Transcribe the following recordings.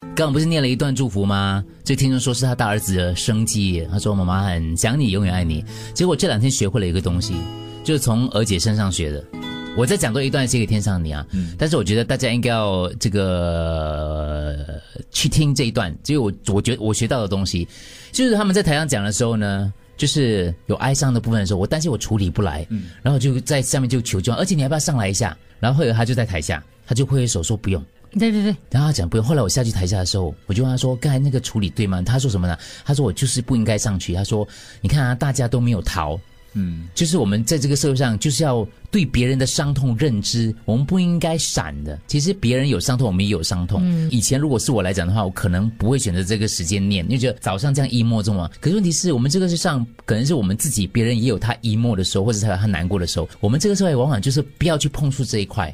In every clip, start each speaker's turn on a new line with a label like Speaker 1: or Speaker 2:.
Speaker 1: 刚刚不是念了一段祝福吗？这听众说是他大儿子的生计，他说妈妈很想你，永远爱你。结果这两天学会了一个东西，就是从娥姐身上学的。我再讲多一段写给天上你啊，但是我觉得大家应该要这个呃去听这一段，就是我我觉得我学到的东西，就是他们在台上讲的时候呢，就是有哀伤的部分的时候，我担心我处理不来，然后我就在下面就求救，而且你要不要上来一下？然后后来他就在台下，他就挥挥手说不用。
Speaker 2: 对对对，
Speaker 1: 然后他讲不用。后来我下去台下的时候，我就问他说：“刚才那个处理对吗？”他说什么呢？他说：“我就是不应该上去。”他说：“你看啊，大家都没有逃，嗯，就是我们在这个社会上，就是要对别人的伤痛认知，我们不应该闪的。其实别人有伤痛，我们也有伤痛。以前如果是我来讲的话，我可能不会选择这个时间念，因为觉得早上这样 emo 中啊。可是问题是我们这个世上，可能是我们自己，别人也有他 emo 的时候，或者是他难过的时候，我们这个社会往往就是不要去碰触这一块。”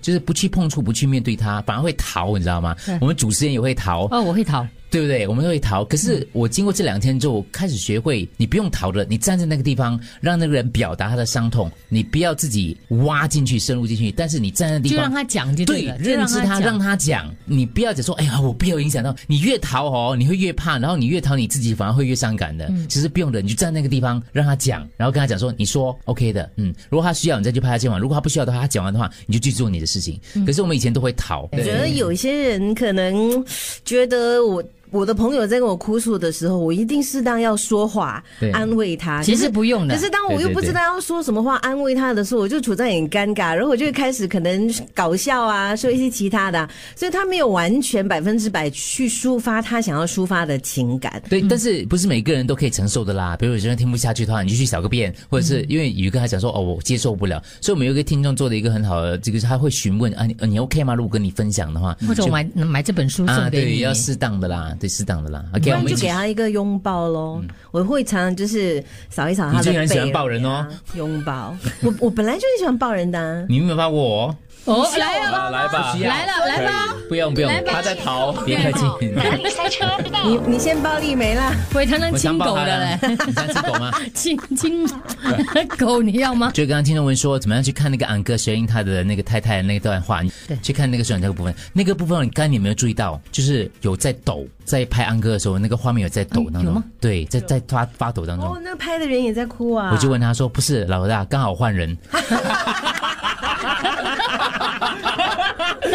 Speaker 1: 就是不去碰触，不去面对它，反而会逃，你知道吗
Speaker 2: 对？
Speaker 1: 我们主持人也会逃，
Speaker 2: 哦，我会逃，
Speaker 1: 对不对？我们会逃。可是
Speaker 2: 嗯
Speaker 1: 我经过这两天之后，我开始学会，你不用逃了，你站在那个地方，让那个人表达他的伤痛，你不要自己挖进去、深入进去，但是你站在那地
Speaker 2: 就
Speaker 1: 方，
Speaker 2: 让他讲就
Speaker 1: 对
Speaker 2: 了，，就
Speaker 1: 认
Speaker 2: 让
Speaker 1: 知他，
Speaker 2: 讲
Speaker 1: 让他讲，你不要只说，哎呀，我不要影响到你，越逃哦，你会越怕，然后你越逃，你自己反而会越伤感
Speaker 2: 嗯
Speaker 1: 的。其实不用的，你就站那个地方让他讲，然后跟他讲说，你说 OK 的，嗯，如果他需要，你再去拍他肩膀；如果他不需要的话，他讲完的话，你就去做你的事情。可是我们以前都会逃，
Speaker 3: 我觉得有一些人可能觉得我。我的朋友在跟我哭诉的时候，我一定适当要说话
Speaker 1: 对
Speaker 3: 安慰他。
Speaker 2: 其实不用的
Speaker 3: 可是当我又不知道要说什么话安慰他的时候，我就处在很尴尬，然后我就开始可能搞笑啊，说一些其他的啊、所以他没有完全百分之百去抒发他想要抒发的情感。
Speaker 1: 对，
Speaker 2: 嗯
Speaker 1: 但是不是每个人都可以承受的啦。比如有些人听不下去的话，你就去小个便，或者
Speaker 2: 嗯
Speaker 1: 是因为宇哥还讲说哦，我接受不了。所以我们有一个听众做的一个很好的，这个是他会询问啊，你呃你 OK 吗？如果跟你分享的话，
Speaker 2: 或者我
Speaker 1: 就
Speaker 2: 买买这本书
Speaker 1: 啊，
Speaker 2: 送给
Speaker 1: 对，
Speaker 2: 你，
Speaker 1: 要适当的啦，对，适当的啦。OK，
Speaker 3: 不
Speaker 1: 我
Speaker 3: 然
Speaker 1: 们一
Speaker 3: 就
Speaker 1: 起嗯
Speaker 3: 给。他一个拥抱喽。我会常常就是扫一扫他
Speaker 1: 你
Speaker 3: 的
Speaker 1: 竟然喜欢
Speaker 3: 背啊，
Speaker 1: 抱人哦
Speaker 3: 拥抱。我我本来就很喜欢抱人的、啊。
Speaker 1: 你没有把我，
Speaker 2: 哦，来了，
Speaker 4: 好来吧，
Speaker 2: 来了，来吧，
Speaker 1: 不用不用，
Speaker 2: 来吧
Speaker 4: 他在逃，
Speaker 1: 别客气，
Speaker 5: 哪里塞车不知道。
Speaker 3: 你你先抱丽梅啦，
Speaker 2: 喂， 他能
Speaker 1: 我
Speaker 2: 亲
Speaker 1: 想
Speaker 2: 狗
Speaker 1: 抱他
Speaker 2: 的
Speaker 1: 了
Speaker 2: 嘞，
Speaker 1: 你想吃狗吗？
Speaker 2: 亲亲 狗，你要吗？
Speaker 1: 就刚刚听众问说，怎么样去看那个安哥学英他的那个太太的那段话？你去看那个时候那个部分，那个部分刚刚你有没有注意到？就是有在抖，在拍安哥的时候，那个画面有在抖
Speaker 2: 嗯
Speaker 1: 当
Speaker 2: 有
Speaker 1: 中
Speaker 2: 吗，
Speaker 1: 对，在在发发抖当中
Speaker 3: 哦。，那拍的人也在哭啊。
Speaker 1: 我就问他说：“不是老大，刚好换人。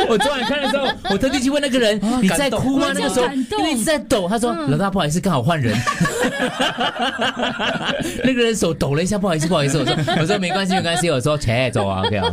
Speaker 1: 我昨晚看的时候，我特地去问那个人：“你在哭吗？”
Speaker 2: 哦感动
Speaker 1: 那个时候
Speaker 2: 我真的感动嗯
Speaker 1: 因为一直在抖。他说：“老大，不好意思，刚好换 人。”那个人手抖了一下，不好意思，不好意思。我说：“我说没关系，没关系。”我说：“切，走啊，OK 啊。”